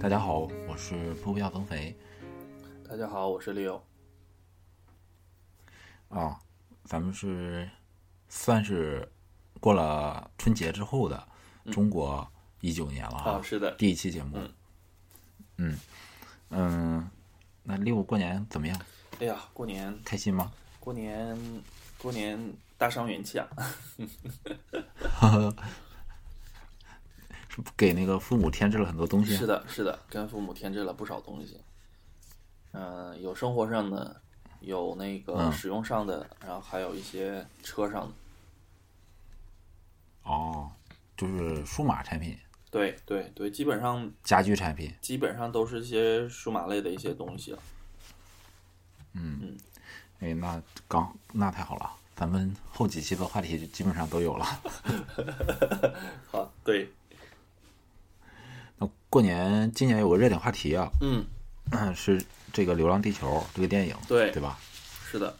大家好，我是扑票增肥大家好，我是 Leo。啊，咱们是算是过了春节之后的中国一九年了哈、嗯啊，是的，第一期节目，嗯嗯，那六过年怎么样？哎呀，过年，开心吗？过年，过年大伤元气啊！是不给那个父母添置了很多东西？是的，是的，跟父母添置了不少东西。嗯、有生活上的，有那个嗯使用上的，然后还有一些车上的。哦，就是数码产品、对对对，基本上家居产品。基本上都是一些数码类的一些东西啊。哎，那刚那太好了，咱们后几期的话题就基本上都有了。好，啊对，那过年今年有个热点话题啊，嗯，是这个《流浪地球》这个电影，对对吧？是的，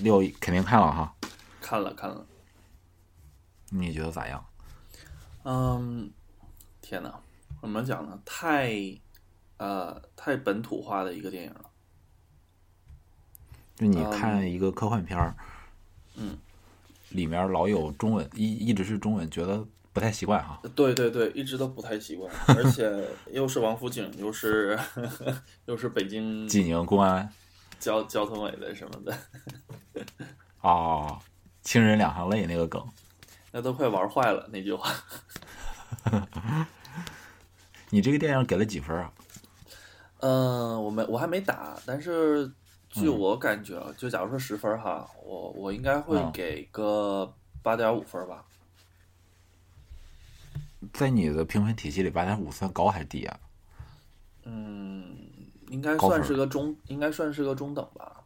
六肯定看了哈，看了看了，你觉得咋样？嗯，天哪，怎么讲呢？太，呃，太本土化的一个电影了。就你看一个科幻片儿，嗯，里面老有中文，一一直是中文，觉得不太习惯哈。对对对，一直都不太习惯，而 且又是王府井，又是 又是北京济宁、公安交交通委的什么的，哦，亲人两行泪那个梗，那都快玩坏了那句话。你这个电影给了几分啊？嗯，我没我还没打，但是据我感觉，啊，就假如说十分儿哈，我我应该会嗯给个八点五分儿吧。在你的评分体系里，八点五算高还是低啊？嗯，应该高分算儿是个中，应该算是个中等吧，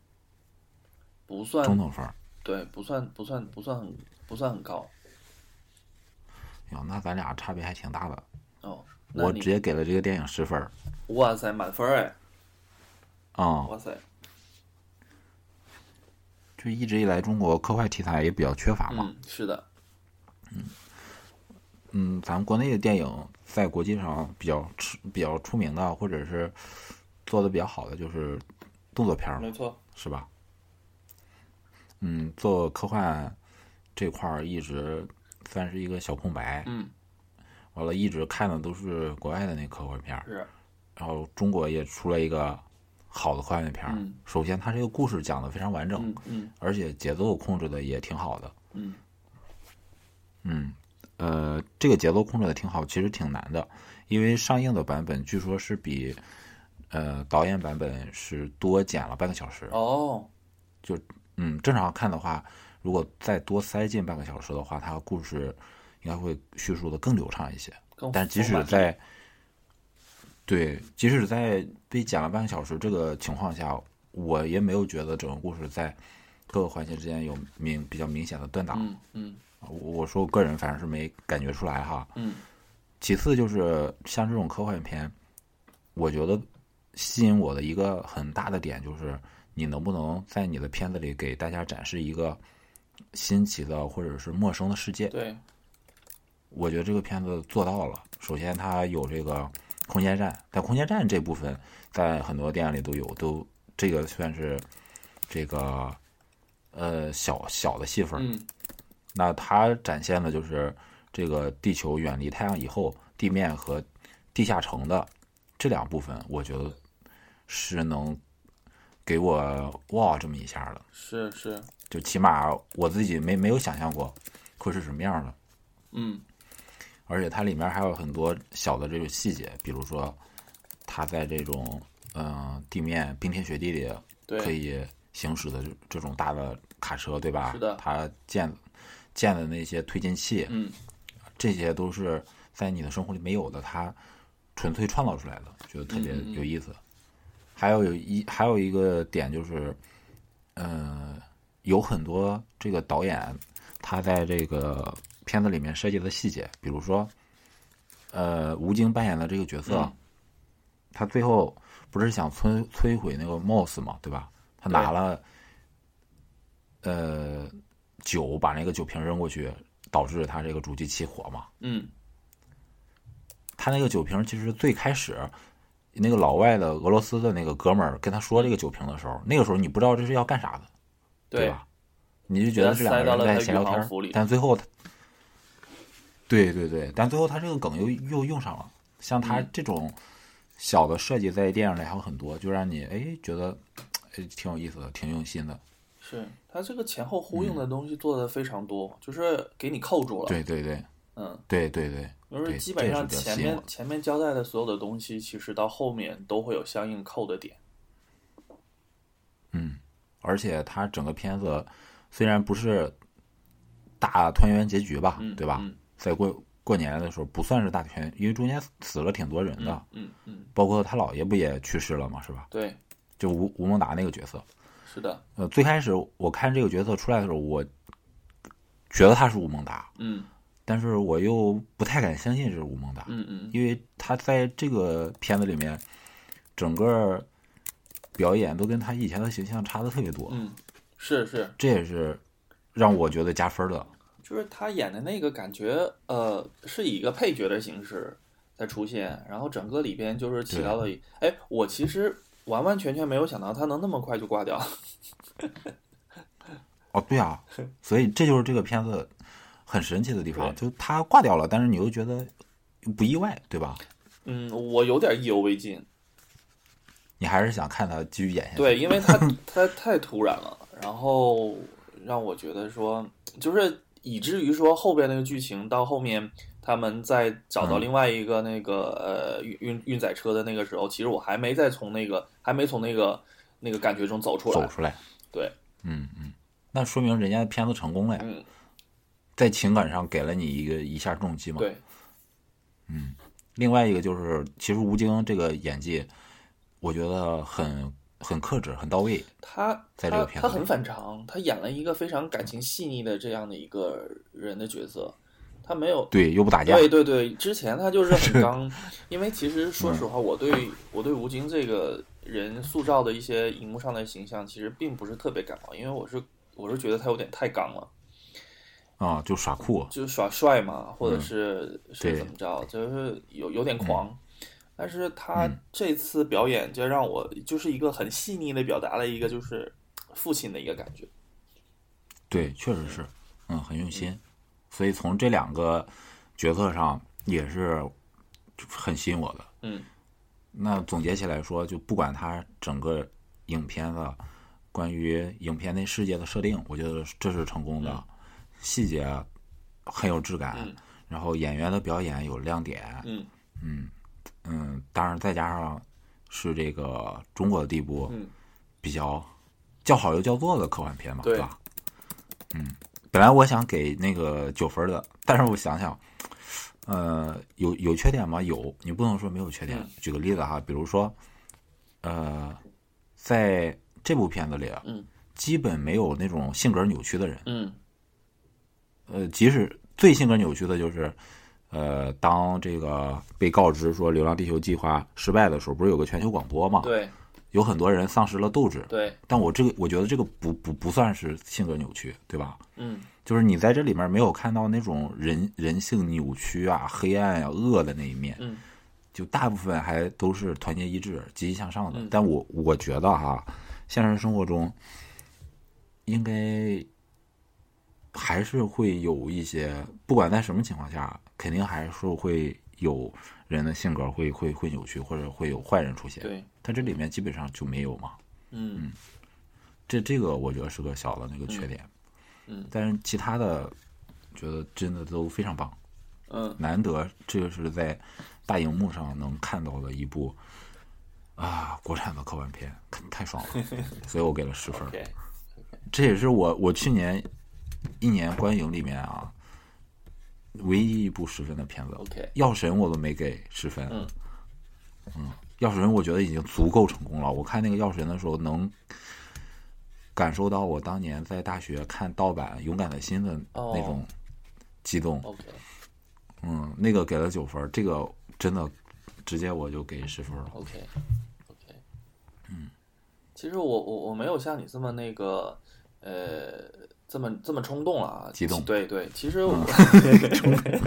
不算中等分儿。对，不算不算不算很不算很高哟，那咱俩差别还挺大的。哦。那我你直接给了这个电影十分儿。哇塞，满分儿哎，嗯，哇塞，就一直以来中国科幻题材也比较缺乏嘛。嗯，是的。嗯，咱们国内的电影在国际上比较出比较出名的，或者是做的比较好的，就是动作片儿嘛，没错，是吧？嗯，做科幻这块儿一直算是一个小空白，嗯，完了，一直看的都是国外的那科幻片儿，是，然后中国也出了一个好的科幻片儿。嗯首先，它这个故事讲的非常完整，嗯嗯而且节奏控制的也挺好的。嗯，嗯，呃，这个节奏控制的挺好，其实挺难的，因为上映的版本据说是比呃导演版本是多剪了半个小时。哦，嗯，正常看的话，如果再多塞进半个小时的话，它的故事应该会叙述的更流畅一些。更但即使丰满在对，即使在被剪了半个小时这个情况下，我也没有觉得整个故事在各个环节之间有明比较明显的断档。嗯嗯我我说我个人反正是没感觉出来哈。嗯其次就是像这种科幻片，我觉得吸引我的一个很大的点就是，你能不能在你的片子里给大家展示一个新奇的或者是陌生的世界？对，我觉得这个片子做到了。首先，它有这个空间站，但空间站这部分在很多电影里都有，都这个算是这个呃小小的戏份儿。嗯那它展现的就是这个地球远离太阳以后，地面和地下城的这两部分，我觉得是能给我哇这么一下的，是是，就起码我自己没没有想象过会是什么样的。嗯而且它里面还有很多小的这种细节，比如说它在这种嗯、呃地面冰天雪地里对，可以行驶的这这种大的卡车，对吧？是的它建建的那些推进器，嗯这些都是在你的生活里没有的，它纯粹创造出来的，觉得特别嗯嗯嗯有意思。还有有一还有一个点就是，呃，有很多这个导演他在这个片子里面设计的细节，比如说，呃，吴京扮演的这个角色，嗯他最后不是想摧摧毁那个 Moss 嘛，对吧？他拿了呃酒把那个酒瓶扔过去，导致他这个主机起火嘛。嗯他那个酒瓶其实最开始那个老外的俄罗斯的那个哥们儿跟他说这个酒瓶的时候，那个时候你不知道这是要干啥的，对对吧？你就觉得这两个人在闲聊塞到了他宇天航服里，但最后他，对对对，但最后他这个梗又又用上了。像他嗯这种小的设计，在电影里还有很多，就让你哎觉得哎挺有意思的，挺用心的。是它这个前后呼应的东西做的非常多，就是给你扣住了。嗯对对对嗯，对对对，就是对基本上这是比较前吸引我面的前面交代的所有的东西，其实到后面都会有相应扣的点。嗯，而且他整个片子虽然不是大团圆结局吧，嗯，对吧？嗯在过过年的时候不算是大团圆，因为中间死了挺多人的，嗯嗯，包括他姥爷不也去世了嘛，是吧？对，就吴吴孟达那个角色，是的，呃，最开始我看这个角色出来的时候，我觉得他是吴孟达，嗯但是我又不太敢相信这是吴孟达，嗯嗯，因为他在这个片子里面整个表演都跟他以前的形象差的特别多，嗯，是是，这也是让我觉得加分的。就是他演的那个感觉，呃，是以一个配角的形式在出现，然后整个里边就是起到了一，哎，我其实完完全全没有想到他能那么快就挂掉， 哦，对啊，所以这就是这个片子很神奇的地方，对就他挂掉了，但是你又觉得不意外，对吧？嗯，我有点意犹未尽，你还是想看他继续演下去。对，因为他他太突然了，然后让我觉得说，就是以至于说后边那个剧情到后面他们再找到嗯另外一个那个、呃运运运载车的那个时候，其实我还没再从那个还没从那个那个感觉中走出走来，出来。对，嗯嗯，那说明人家片子成功了呀，嗯，在情感上给了你一个一下重击嘛。对，另外一个就是，其实吴京这个演技，我觉得很很克制，很到位。他在这个他片他子很里反常，他演了一个非常感情细腻的这样的一个人的角色，他没有对，又不打架。对对对，之前他就是 很刚，因为其实嗯说实话，我对我对吴京这个人塑造的一些荧幕上的形象，其实并不是特别感冒，因为我是我是觉得他有点太刚了，啊、就耍酷。就是耍帅嘛，或者是、嗯对嗯是怎么着，就是有有点狂。但是他这次表演就让我就是一个很细腻的表达了一个就是父亲的一个感觉，对，确实是，嗯，很用心。所以从这两个角色上也是很吸引我的。嗯，那总结起来说，就不管它整个影片的关于影片内世界的设定，我觉得这是成功的，细节很有质感，嗯然后演员的表演有亮点，嗯嗯，当然再加上是这个中国的地步，嗯比较叫好又叫座的科幻片嘛，对吧？嗯，本来我想给那个九分的，但是我想想，呃，有有缺点吗？有，你不能说没有缺点。嗯举个例子哈，比如说，呃，在这部片子里，啊嗯，基本没有那种性格扭曲的人，嗯呃，即使最性格扭曲的就是，呃，当这个被告知说《流浪地球》计划失败的时候，不是有个全球广播嘛？对有很多人丧失了斗志。对但我这个，我觉得这个不不不算是性格扭曲，对吧？嗯就是你在这里面没有看到那种人人性扭曲啊、黑暗啊、恶的那一面，嗯就大部分还都是团结一致、积极向上的。嗯但我我觉得哈、现实生活中应该还是会有一些，不管在什么情况下，肯定还是会有人的性格会会会扭曲，或者会有坏人出现。对但这里面基本上就没有嘛。嗯这这个我觉得是个小的那个缺点，嗯但是其他的觉得真的都非常棒，嗯难得这个是在大荧幕上能看到的一部啊国产的科幻片，太爽了，所以我给了十分。 ，OK 这也是我我去年一年观影里面啊唯一一部十分的片子， OK，药神我都没给十分。嗯嗯药神我觉得已经足够成功了。我看那个药神的时候，能感受到我当年在大学看盗版《勇敢的心》的哦那种激动。 OK，嗯，那个给了九分，这个真的直接我就给十分了。 OK，OK，嗯，其实我我我没有像你这么那个，呃，这么这么冲动了啊，激动对对，其实我，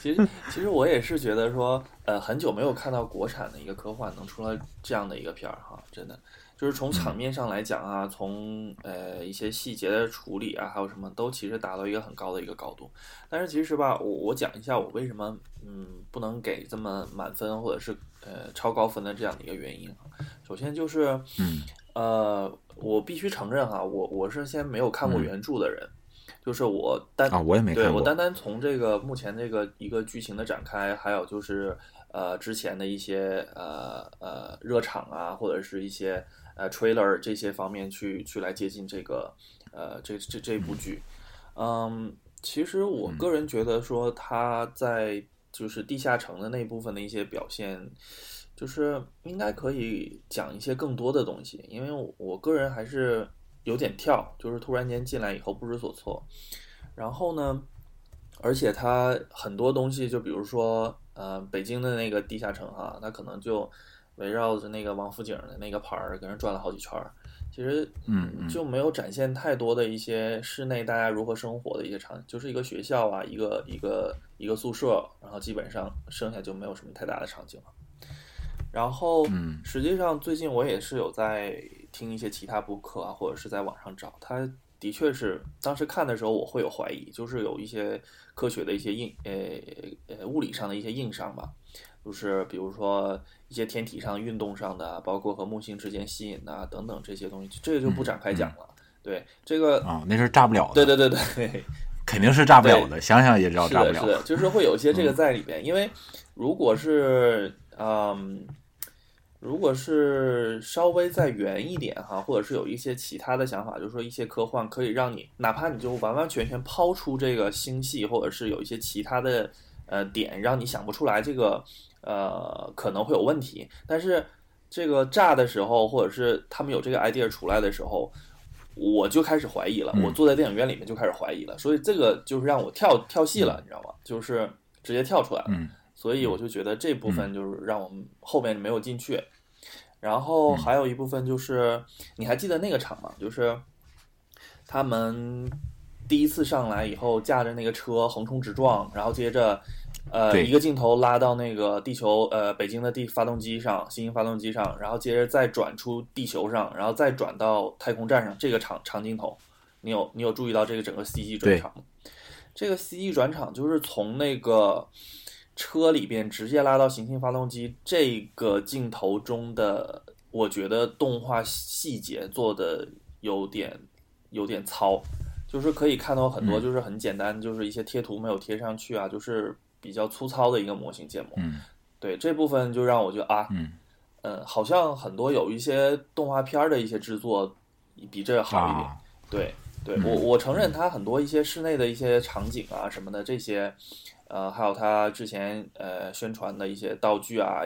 其实其实我也是觉得说，呃，很久没有看到国产的一个科幻能出来这样的一个片儿哈，真的就是从场面上来讲啊，从呃一些细节的处理啊，还有什么都其实达到一个很高的一个高度。但是其实吧，我我讲一下我为什么嗯不能给这么满分或者是呃超高分的这样的一个原因啊。首先就是嗯呃，我必须承认哈、啊我我是先没有看过嗯原著的人，就是我单啊，我也没对看我过。单单从这个目前这个一个剧情的展开，还有就是呃之前的一些呃呃热场啊，或者是一些呃 trailer 这些方面去去来接近这个呃这这这部剧。嗯，其实我个人觉得说他在就是地下城的那部分的一些表现，就是应该可以讲一些更多的东西，因为我我个人还是有点跳，就是突然间进来以后不知所措。然后呢，而且它很多东西，就比如说，呃，北京的那个地下城哈，它可能就围绕着那个王府井的那个牌儿，跟人转了好几圈儿。其实，嗯嗯就没有展现太多的一些室内大家如何生活的一些场景，就是一个学校啊，一个一个一个宿舍，然后基本上剩下就没有什么太大的场景了。然后，嗯实际上最近我也是有在听一些其他播客啊，或者是在网上找，它的确是当时看的时候我会有怀疑，就是有一些科学的一些硬呃呃物理上的一些硬伤吧，就是比如说一些天体上运动上的啊，包括和木星之间吸引啊等等这些东西，这个就不展开讲了。对这个，啊，那是炸不了的，对对对对， 肯定是炸不了对的。想想也知道是炸不的，是了嗯的，。就是会有一些这个在里边，因为如果是嗯，如果是稍微再圆一点哈，或者是有一些其他的想法，就是说一些科幻可以让你，哪怕你就完完全全抛出这个星系，或者是有一些其他的呃点，让你想不出来这个呃可能会有问题，但是这个炸的时候，或者是他们有这个 idea 出来的时候，我就开始怀疑了。我坐在电影院里面就开始怀疑了，所以这个就是让我跳跳戏了，你知道吗？就是直接跳出来了。嗯所以我就觉得这部分就是让我们后面没有进去。然嗯后还有一部分就是，你还记得那个场吗？就是他们第一次上来以后，驾着那个车横冲直撞，然后接着。呃，对一个镜头拉到那个地球，呃，北京的地发动机上，新型发动机上，然后接着再转出地球上，然后再转到太空站上，这个长长镜头，你有你有注意到这个整个 CG 转对场吗？这个 CG 转场就是从那个车里边直接拉到行星发动机这个镜头中的，我觉得动画细节做的有点有点糙，就是可以看到很多嗯就是很简单，就是一些贴图没有贴上去啊，就是比较粗糙的一个模型建模。嗯对这部分就让我觉得啊，嗯，嗯，好像很多有一些动画片儿的一些制作比这好一点。啊，对，对我我承认它很多一些室内的一些场景啊什么的这些，呃，还有它之前呃宣传的一些道具啊，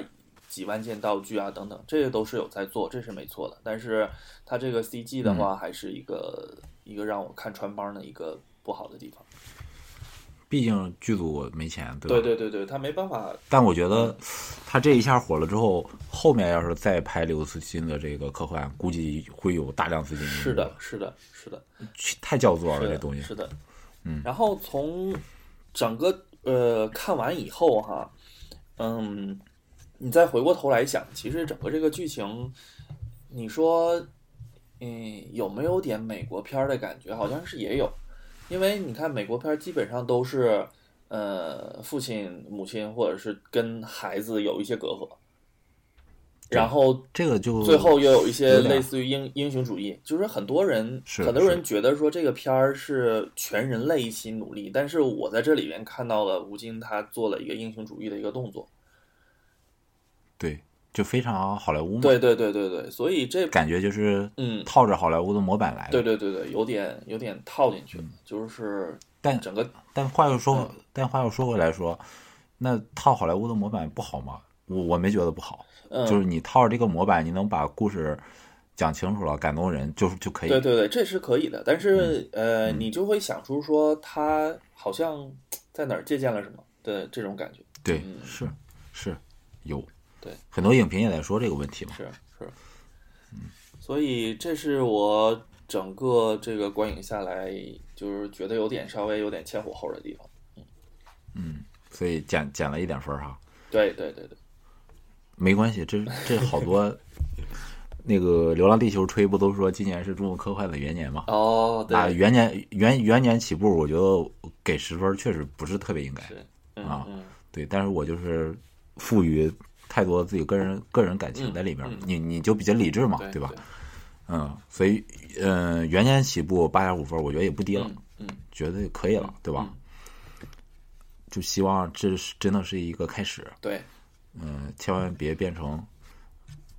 几万件道具啊等等，这些都是有在做，这是没错的。但是它这个 CG 的嗯话，还是一个、一个让我看穿帮的一个不好的地方。毕竟剧组没钱，对吧？对对对对，它没办法，但我觉嗯得他这一下火了之后，后面要是再拍刘慈欣的这个科幻，估计会有大量资金。是的，，是的，是的。去太焦作是了的这东西。是的，嗯然后从整个呃看完以后哈，嗯，你再回过头来想，其实整个这个剧情，你说，嗯，有没有点美国片儿的感觉？好像是也有，因为你看美国片儿基本上都是。呃，父亲、母亲，或者是跟孩子有一些隔阂，对然后这个就最后又有一些有点类似于英英雄主义，就是很多人是很多人觉得说这个片儿是全人类一起努力，但是我在这里面看到了吴京他做了一个英雄主义的一个动作。对，就非常好莱坞嘛，对对对对对，所以这感觉就是嗯，套着好莱坞的模板来的。对对对对，有点有点套进去了，就是嗯但整个但话又说，嗯但话又说回来说，那套好莱坞的模板不好吗？我我没觉得不好，嗯，就是你套着这个模板，你能把故事讲清楚了，感动人，就是就可以。对对对，这是可以的，但是嗯呃，你就会想出说他好像在哪儿借鉴了什么的这种感觉。对嗯是是有，对很多影评也在说这个问题嘛。是是，嗯所以这是我整个这个观影下来，就是觉得有点稍微有点欠火候的地方。所以减减了一点分儿哈，对对对对，没关系，这这好 多那个《流浪地球》吹不都说今年是中国科幻的元年吗？哦，对，啊，元年元元年起步，我觉得给十分确实不是特别应该，是，嗯啊嗯，对，但是我就是赋予太多自己个人个人感情在里面儿，嗯嗯你你就比较理智嘛，对吧？？嗯，所以呃，元年起步八点五分，我觉得也不低了，嗯嗯，觉得可以了，对吧？就希望这是真的是一个开始，对，嗯，千万别变成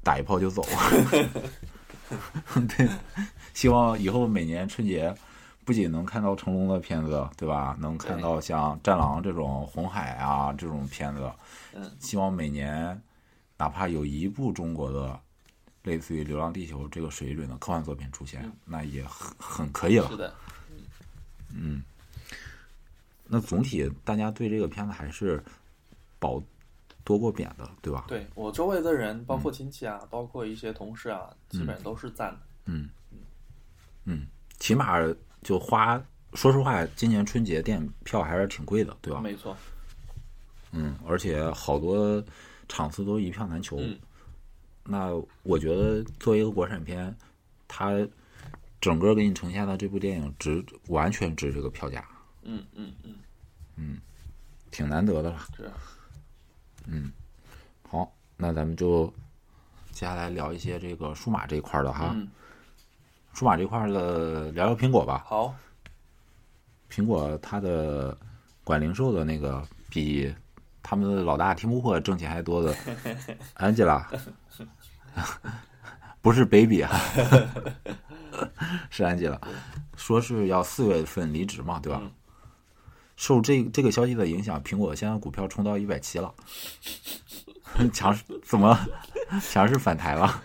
打一炮就走。 对，希望以后每年春节不仅能看到成龙的片子，对吧？能看对到像《战狼》这种、《红海啊》这种片子。嗯希望每年哪怕有一部中国的类似于《流浪地球》这个水准的科幻作品出现，那也很很可以了嗯是。的，那总体大家对这个片子还是褒多过贬的，对吧？对我周围的人，包括亲戚啊，包括一些同事啊，基本上都是赞的。起码就花，说实话，今年春节电影票还是挺贵的，对吧？没错，嗯，而且好多场次都一票难求。嗯那我觉得作为一个国产片，它整个给你呈现的这部电影值完全值这个票价，嗯嗯嗯，挺难得的了。是，好，那咱们就接下来聊一些这个数码这一块儿的哈。嗯，数码这块儿的聊聊苹果吧。好，苹果它的管零售的那个比他们的老大提姆霍挣钱还 多的 Angela，不是 baby 啊，是 Angela，说是要四月份离职嘛，对吧？嗯受这这个消息的影响，苹果现在股票冲到一百七了， 强势怎么强势反弹了？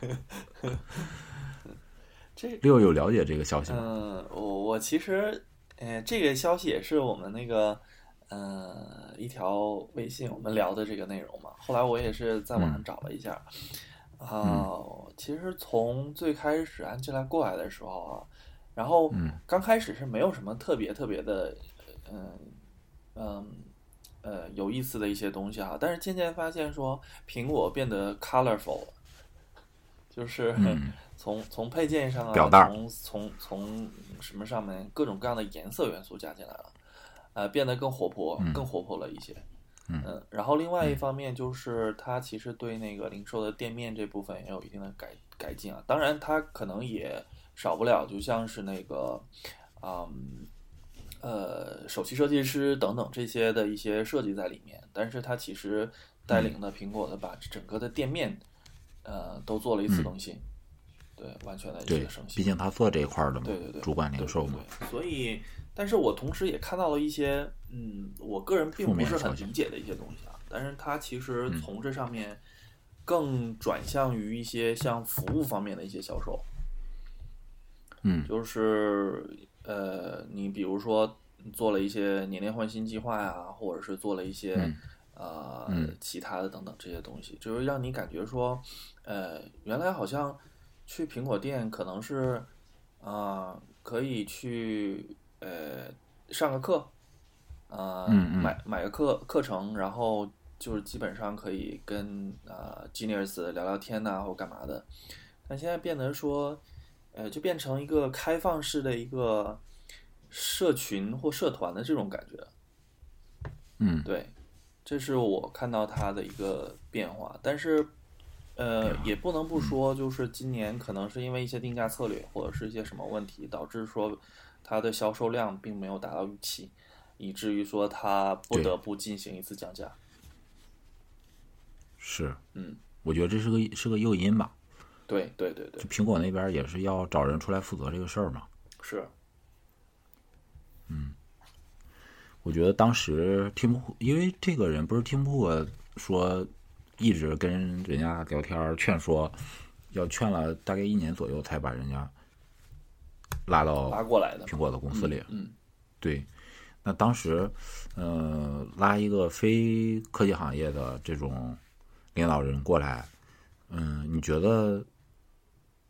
这六有了解这个消息吗？嗯，我我其实，呃，这个消息也是我们那个，呃，一条微信我们聊的这个内容嘛。后来我也是在网上找了一下，啊、嗯其实从最开始安吉拉过来的时候啊，然后嗯刚开始是没有什么特别特别的，嗯、嗯。呃，有意思的一些东西啊哈，但是渐渐发现说，苹果变得 colorful 了，就是、嗯从从配件上啊，表带儿从从从什么上面各种各样的颜色元素加进来了，呃，变得更活泼，更活泼了一些。呃嗯然后另外一方面就是它其实对那个零售的店面这部分也有一定的改改进啊。当然，它可能也少不了，就像是那个，嗯。呃，首席设计师等等这些的一些设计在里面，但是它其实带嗯领了苹果的把整个的店面，呃，都做了一次更新，对，完全的一嗯对个升，毕级。竟他做这一块儿的嘛，对对对主管零售嘛，对，所以，但是我同时也看到了一些，嗯，我个人并负不面是很消息嗯理解的一些东西啊。但是它其实从这上面更转向于一些像服务方面的一些销售，嗯就是呃，你比如说做了一些年龄换新计划呀、或者是做了一些、呃、嗯其他的等等这些东西，就是让你感觉说，呃，原来好像去苹果店可能是啊、呃可以去呃上个课，呃，嗯嗯买买个课课程，然后就是基本上可以跟呃 Genius 聊聊天呐、或干嘛的。但现在变得说，呃，就变成一个开放式的一个社群或社团的这种感觉。嗯对，这是我看到它的一个变化，但是，哎呃，也不嗯能不说，就是今年可能是因为一些定价策略或者是一些什么问题，导致说它的销售量并没有达到预期，以至于说它不对得不进行一次降价。是，嗯，我觉得这是个是个诱因吧。对对对对就，苹果那边也是要找人出来负责这个事儿嘛。是，哦我觉得当时 Tim，Cook- 因为这个人不是 Tim Cook 说一直跟人家聊天儿劝说，要劝了大概一年左右才把人家拉到拉过来的。苹果的公司里。嗯，对，那当时，呃，拉一个非科技行业的这种领导人过来，嗯、你觉得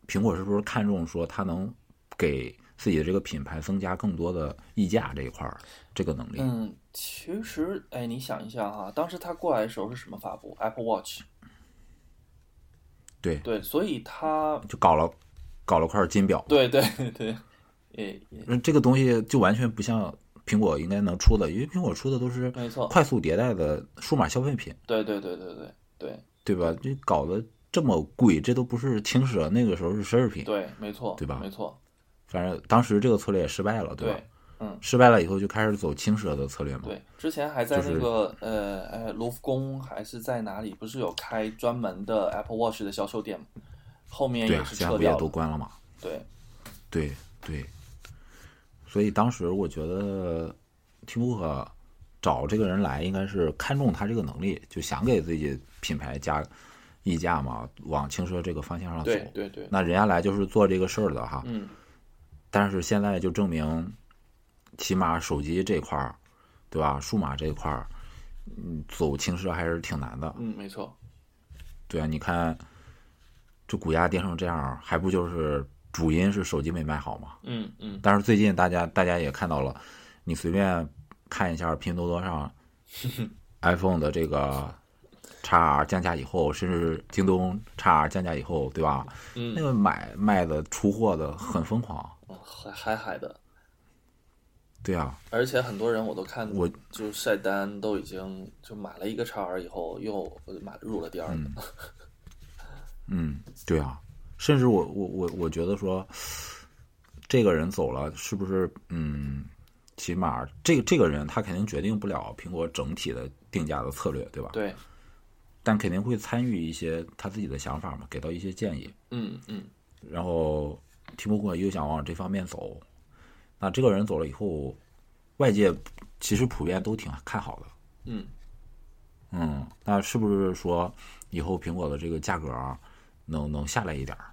苹果是不是看重说他能给自己的这个品牌增加更多的溢价这一块儿这个能力。嗯，其实哎，你想一下哈、当时他过来的时候是什么发布？Apple Watch。对对，所以他就搞了搞了块金表，对对对，也也那这个东西就完全不像苹果应该能出的，因为苹果出的都是没错，快速迭代的数码消费品，对对对对对对对吧？就搞得这么贵，这都不是轻奢，那个时候是奢侈品。对，没错，对吧没错，反正当时这个策略也失败了，吧对？失败了以后就开始走轻奢的策略嘛。对，之前还在嗯就那是个呃呃卢浮宫还是在哪里，不是有开专门的 Apple Watch 的销售店吗？后面对也啊，是现在撤不也掉都了。关了嘛？对，对对，所以当时我觉得 t i 克找这个人来，应该是看中他这个能力，就想给自己品牌加溢价嘛，往轻奢这个方向上走。对对对，那人家来就是做这个事儿的哈，嗯，但是现在就证明，起码手机这块儿，对吧？数码这一块儿，嗯，走轻奢还是挺难的。嗯，没错，对啊，你看这股价跌成这样儿，还不就是主因是手机没卖好吗？嗯嗯，但是最近大家大家也看到了，你随便看一下拼多多上 iPhone 的这个 XR 降价以后，甚至京东 XR 降价以后，对吧？嗯那个买卖的出货的很疯狂，还还还的，对啊，而且很多人我都看，我就晒单都已经就买了一个 XR 以后又买入了第二个，嗯，对啊，甚至我我我我觉得说，这个人走了，是不是嗯，起码这这个人他肯定决定不了苹果整体的定价的策略，对吧？对，但肯定会参与一些他自己的想法嘛，给到一些建议。嗯嗯，然后提姆库又想往这方面走，那这个人走了以后，外界其实普遍都挺看好的。嗯嗯，那是不是说以后苹果的这个价格啊能能下来一点儿？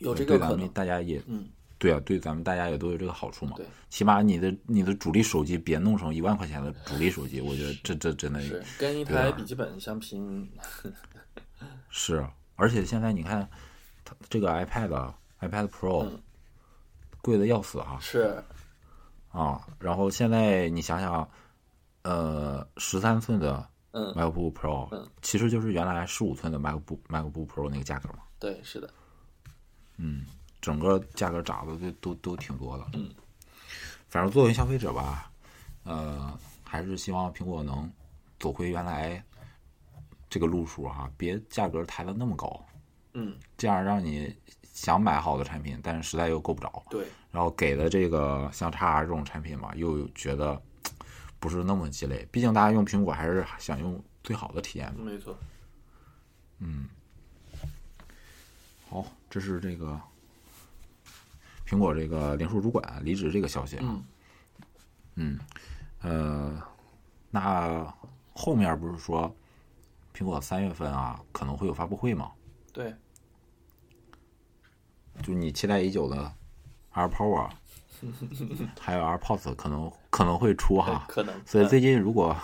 有这对个咱可们能，大家也嗯，对啊，对咱们大家也都有这个好处嘛。对，起码你的你的主力手机别弄成一万块钱的主力手机，我觉得这这真的是跟一对啊台笔记本相拼，是，啊而且现在你看，它这个 iPad iPad Pro、嗯贵的要死啊，是，啊，然后现在你想想，呃，十三寸的嗯， MacBook Pro，、嗯其实就是原来十五寸的 MacBook MacBook Pro 那个价格嘛，对，是的，整个价格涨的都都都挺多的。嗯，反正作为消费者吧，呃，还是希望苹果能走回原来这个路数哈、别价格抬的那么高，嗯，这样让你想买好的产品，但是实在又够不着。对，然后给的这个像 XR 这种产品嘛，又觉得不是那么鸡肋。毕竟大家用苹果还是想用最好的体验嘛。没错，好，这是这个苹果这个零售主管离职这个消息啊。嗯嗯，呃，那后面不是说苹果三月份啊可能会有发布会吗？对，就你期待已久的 R Power，还有 AirPods 可能可能会出哈。可能，啊所以嗯最近如果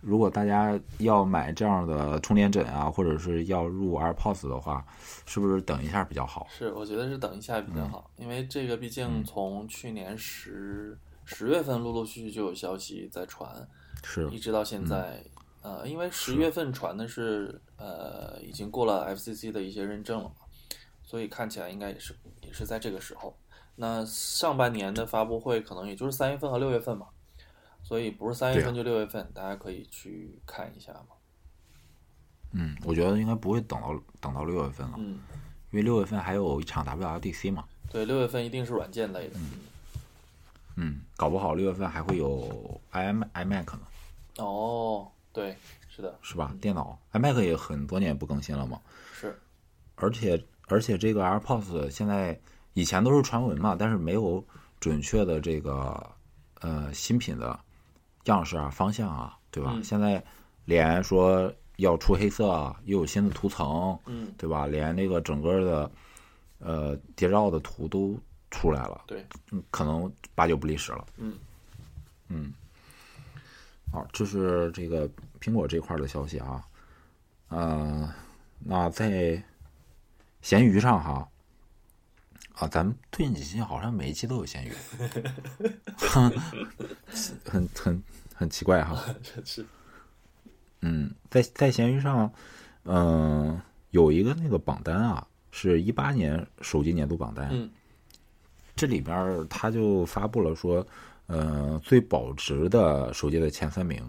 如果大家要买这样的充电枕啊，或者是要入 AirPods 的话，是不是等一下比较好？是，我觉得是等一下比嗯较好，因为这个毕竟从去年十十月份陆陆续续就有消息在传，是嗯一直到现在，呃，因为十月份传的是呃已经过了 FCC 的一些认证了嘛，所以看起来应该也是也是在这个时候。那上半年的发布会可能也就是三月份和六月份嘛，所以不是三月对份啊就六月份，大家可以去看一下嘛。嗯，我觉得应该不会等到等到六月份了，嗯，因为六月份还有一场 WWDC 嘛。对，六月份一定是软件类的。嗯，搞不好六月份还会有 iM iMac 呢，哦，对，是的，是吧？电脑 iMac 也很多年不更新了嘛， 是，而且而且这个 AirPods 现在以前都是传闻嘛，但是没有准确的这个呃新品的样式啊、方向啊，对吧？嗯现在连说要出黑色啊，又有新的涂层，嗯，对吧？连那个整个的呃谍照的图都出来了，对，嗯可能八九不离十了。嗯嗯，好，这是这个苹果这块儿的消息啊。呃，那在闲鱼上哈，啊，咱们最近几期好像每一期都有咸鱼， 很很很奇怪哈。真是嗯，在在闲鱼上，嗯、有一个那个榜单啊，是一八年手机年度榜单。嗯，这里边儿他就发布了说，呃，最保值的手机的前三名。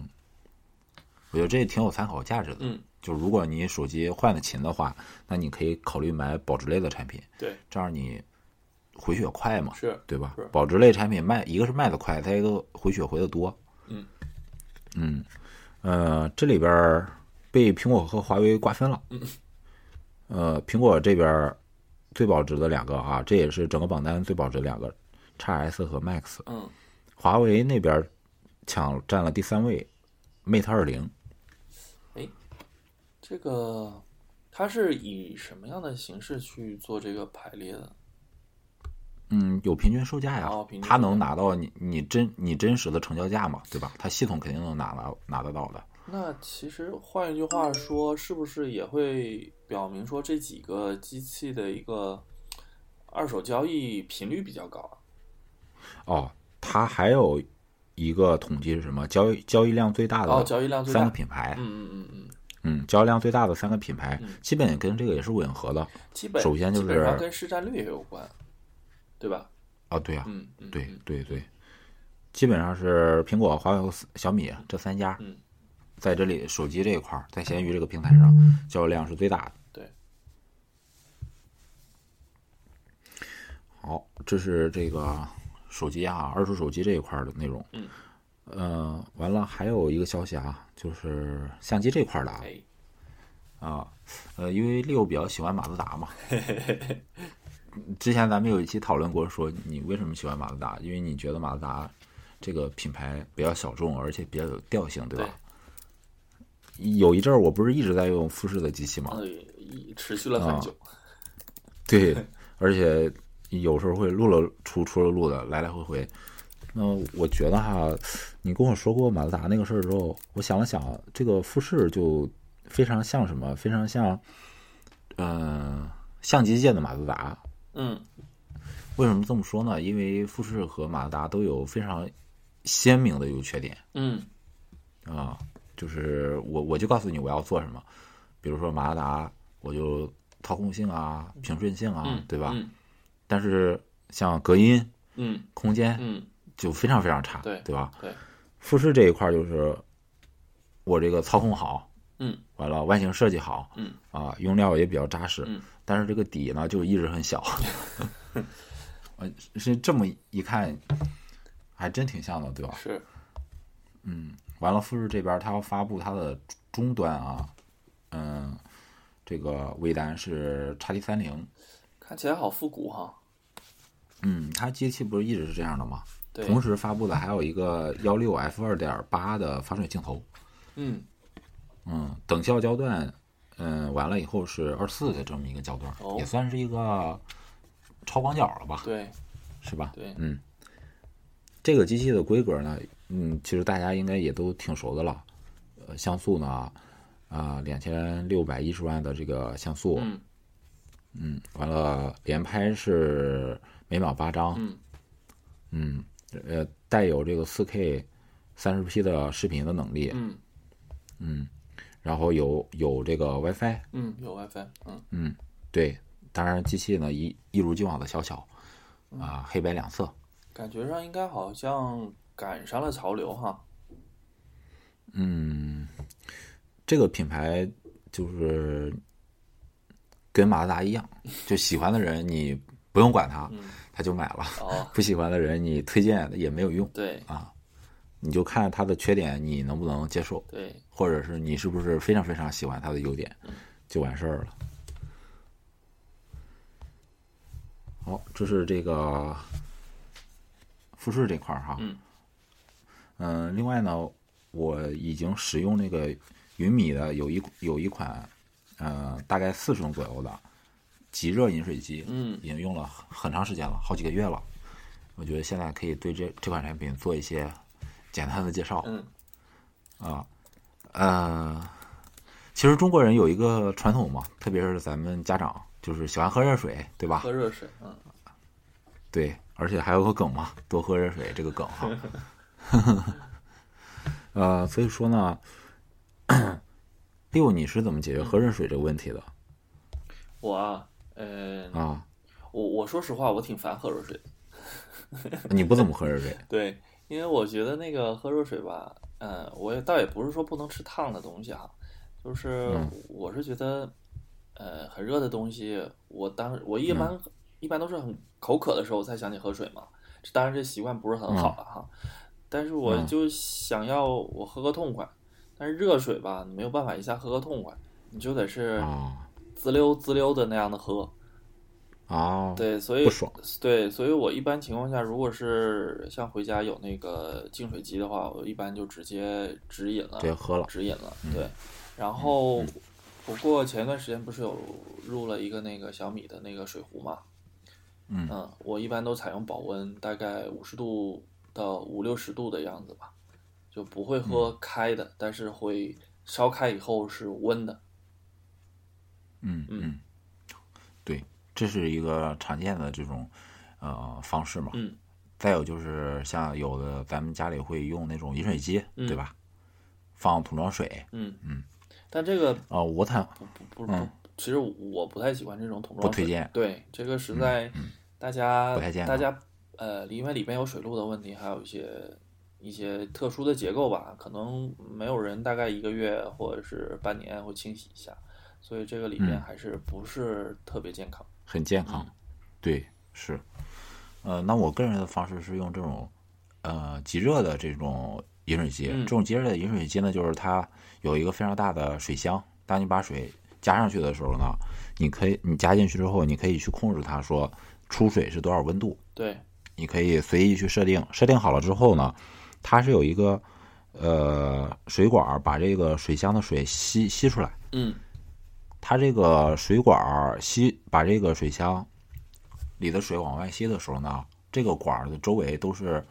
我觉得这也挺有参考价值的。嗯，就如果你手机换的勤的话，那你可以考虑买保值类的产品，对，这样你回血快嘛。是对吧是？保值类产品卖，一个是卖的快，再一个回血回的多。嗯嗯呃，这里边儿被苹果和华为瓜分了。嗯呃，苹果这边儿最保值的两个啊，这也是整个榜单最保值的两个，XS 和 Max。嗯，华为那边儿抢占了第三位，Mate 二零。这个它是以什么样的形式去做这个排列的？嗯，有平均售价呀，哦平均售价它能拿到你你真你真实的成交价嘛，对吧？它系统肯定能拿到拿得到的。那其实换一句话说，是不是也会表明说这几个机器的一个二手交易频率比较高啊？哦，它还有一个统计是什么？交易交易量最大哦，的交易量最三大个。品牌，嗯嗯嗯嗯，交易量最大的三个品牌嗯，基本跟这个也是吻合的。嗯，基本首先就是基本上跟市占率也有关，对吧？啊，对啊，嗯嗯，对嗯对对，基本上是苹果、华为、和小米这三家嗯，在这里手机这一块儿，在闲鱼这个平台上交易量是最大的。对，好，这是这个手机啊，二手手机这一块儿的内容。嗯，呃，完了还有一个消息啊，就是相机这块儿的啊，哎，啊，呃，因为六比较喜欢马自达嘛。之前咱们有一期讨论过，说你为什么喜欢马自达？因为你觉得马自达这个品牌比较小众，而且比较有调性，对吧？有一阵儿，我不是一直在用富士的机器嘛？呃，一持续了很久，啊 对，而且有时候会录了出出了录的，来来回回。那我觉得哈，你跟我说过马自达那个事儿之后，我想了想，这个富士就非常像什么？非常像，呃，相机界的马自达。嗯，为什么这么说呢？因为富士和马自达都有非常鲜明的优缺点。嗯啊、就是我我就告诉你我要做什么，比如说马自达，我就操控性啊、平顺性啊，嗯，对吧？嗯但是像隔音、嗯空间嗯，就非常非常差，对对吧？对，富士这一块就是我这个操控好，嗯，完了外形设计好，嗯，啊，用料也比较扎实，嗯，但是这个底呢就一直很 小，呃，是这么一看，还真挺像的，对吧？是，完了，富士这边它要发布它的终端啊，嗯，这个微单是 x T 三零，看起来好复古哈。嗯，它机器不是一直是这样的吗？对，同时发布的还有一个幺六 f 二点八的防水镜头，嗯，嗯，等效焦段，嗯，完了以后是二四的这么一个焦段，哦也算是一个超广角了吧，对是吧？对，嗯，这个机器的规格呢，嗯，其实大家应该也都挺熟的了。呃，像素呢，啊、两千六百一十万的这个像素，嗯嗯完了连拍是每秒八张，嗯嗯，呃，带有这个四 K 三十 P 的视频的能力，嗯然后有有这个 WiFi，嗯，有 WiFi，嗯对，当然机器呢一一如既往的小巧，啊、黑白两色，感觉上应该好像赶上了潮流哈。嗯，这个品牌就是跟马自达一样，就喜欢的人你不用管他，他就买了；哦，不喜欢的人你推荐也没有用，对你就看它的缺点你能不能接受，对，或者是你是不是非常非常喜欢它的优点，就完事儿了。好，这是这个富士这块儿哈。嗯嗯、另外呢，我已经使用那个云米的有一有一款，呃，大概四十度左右的极热饮水机，嗯已经用了很很长时间了，好几个月了。我觉得现在可以对这这款产品做一些简单的介绍。嗯啊，呃，其实中国人有一个传统嘛，特别是咱们家长，就是喜欢喝热水，对吧？喝热水，嗯对，而且还有个梗嘛，多喝热水这个梗哈。 呃，所以说呢， 六你是怎么解决喝热水这个问题的我啊，嗯、啊？我我说实话，我挺烦喝热水的。你不怎么喝热水，对，因为我觉得那个喝热水吧，嗯，我也倒也不是说不能吃烫的东西哈，就是嗯我是觉得，呃，很热的东西，我当我嗯一般、一般都是很口渴的时候我才想起喝水嘛，这当然这习惯不是很好了哈，但是我嗯就想要我喝个痛快，但是热水吧，你没有办法一下喝个痛快，你就得是啊滋溜滋溜的那样的喝，啊，对，所以不爽对，所以我一般情况下，如果是像回家有那个净水机的话，我一般就直接直饮了直，接喝了嗯直饮了。对，然后不过前一段时间不是有入了一个那个小米的那个水壶嘛，嗯我一般都采用保温，大概五十度到五六十度的样子吧，就不会嗯喝开的，但是会烧开以后是温的。嗯嗯，对，这是一个常见的这种呃方式嘛。嗯。再有就是像有的咱们家里会用那种饮水机，嗯对吧？放桶装水嗯嗯，但这个啊、我坦不不嗯，其实我不太喜欢这种桶不装水。推荐。对，这个实在大家、嗯不太健大康家呃，因为里面有水路的问题，还有一些一些特殊的结构吧，可能没有人大概一个月或者是半年会清洗一下，所以这个里面嗯还是不是特别健康。很健康，对，是，呃，那我个人的方式是用这种，呃，即热的这种饮水机。嗯这种即热的饮水机呢，就是它有一个非常大的水箱，当你把水加上去的时候呢，你可以，你加进去之后，你可以去控制它说出水是多少温度，对，你可以随意去设定。设定好了之后呢，它是有一个呃水管儿把这个水箱的水吸吸出来。嗯它这个水管儿吸把这个水箱里的水往外吸的时候呢，这个管儿的周围都是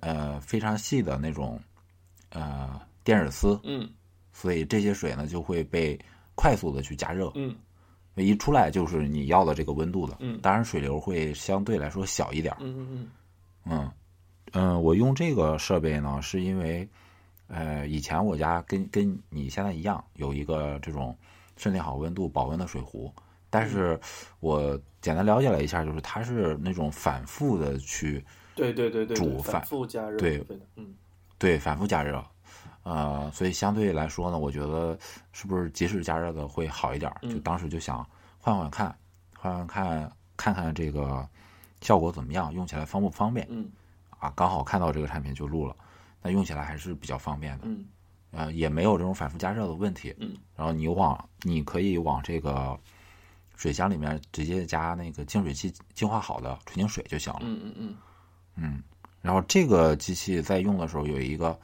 呃非常细的那种呃电热丝，嗯所以这些水呢就会被快速的去加热，嗯一出来就是你要的这个温度的。嗯当然水流会相对来说小一点儿。嗯嗯嗯嗯嗯，我用这个设备呢，是因为呃以前我家跟跟你现在一样有一个这种设定好温度保温的水壶，但是我简单了解了一下，就是它是那种反复的去对对对对，煮对反饭复加热，对对的，嗯对反复加热。呃，所以相对来说呢，我觉得是不是即时加热的会好一点儿？就嗯当时就想换换看，换换看，看看这个效果怎么样，用起来方不方便。嗯啊，刚好看到这个产品就录了，那用起来还是比较方便的，嗯呃，也没有这种反复加热的问题。嗯，然后你往你可以往这个水箱里面直接加那个净水器净化好的纯净水就行了。嗯嗯嗯，然后这个机器在用的时候有一个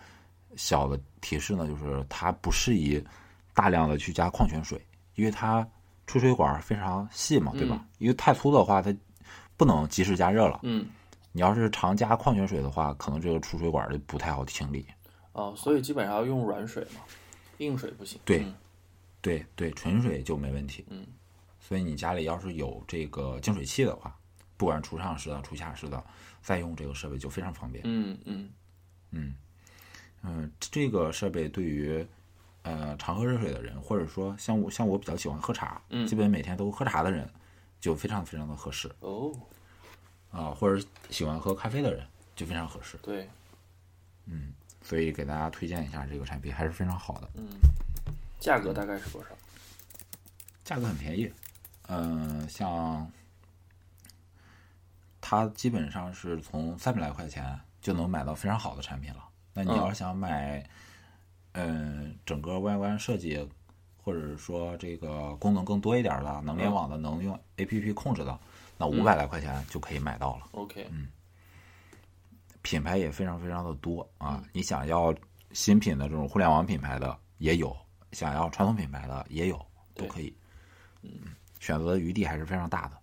小的提示呢，就是它不适宜大量的去加矿泉水，因为它出水管非常细嘛，对吧？因为太粗的话，它不能及时加热了。嗯你要是常加矿泉水的话，可能这个出水管就不太好清理。哦，所以基本上要用软水嘛，硬水不行。对嗯对对，纯水就没问题。嗯，所以你家里要是有这个净水器的话，不管厨上式的、厨下式的，再用这个设备就非常方便。嗯嗯嗯，这个设备对于呃常喝热水的人，或者说像我像我比较喜欢喝茶，嗯基本每天都喝茶的人，就非常非常的合适哦，啊、或者喜欢喝咖啡的人就非常合适。对，所以给大家推荐一下这个产品，还是非常好的，价格大概是多少？价格很便宜。嗯、像它基本上是从三百来块钱就能买到非常好的产品了。那你嗯要是想买，嗯、整个外观设计，或者说这个功能更多一点儿的，能联网的，能用 APP 控制的，那五百来块钱就可以买到了。 OK，品牌也非常非常的多啊，你想要新品的这种互联网品牌的也有，想要传统品牌的也有，都对可以。嗯，选择的余地还是非常大的。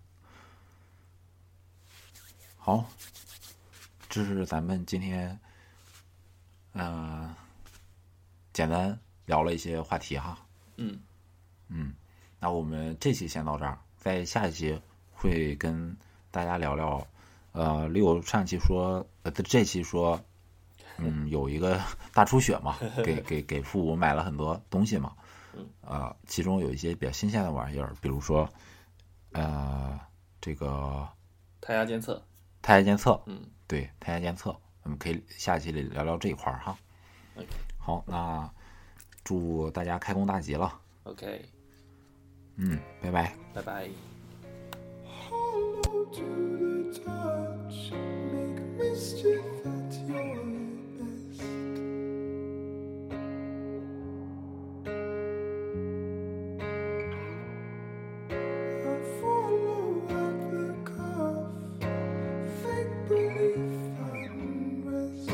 好，这是咱们今天，呃，简单聊了一些话题哈。嗯那我们这期先到这儿，在下一期会跟大家聊聊，呃，六上期说，呃，这期说，嗯，有一个 大出血嘛，给给给父母买了很多东西嘛，啊、其中有一些比较新鲜的玩意儿，比如说，呃，这个胎压监测，胎压监测，嗯，对，胎压监测，我们可以下期里聊聊这一块儿哈。 OK 好，那祝大家开工大吉了， OK，嗯，拜拜。拜拜。 Hollow to the touch, make mischief at your best. I follow at the cuff, fake belief unrest.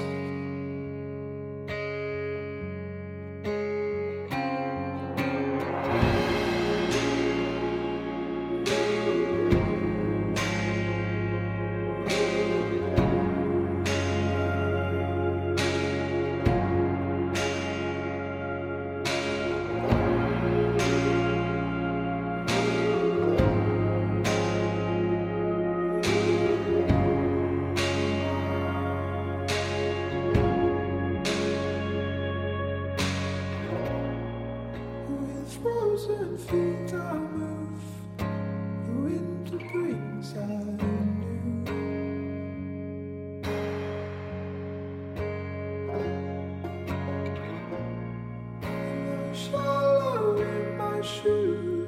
With frozen feet I move, the winter brings I knew. And I shallow in my shoes,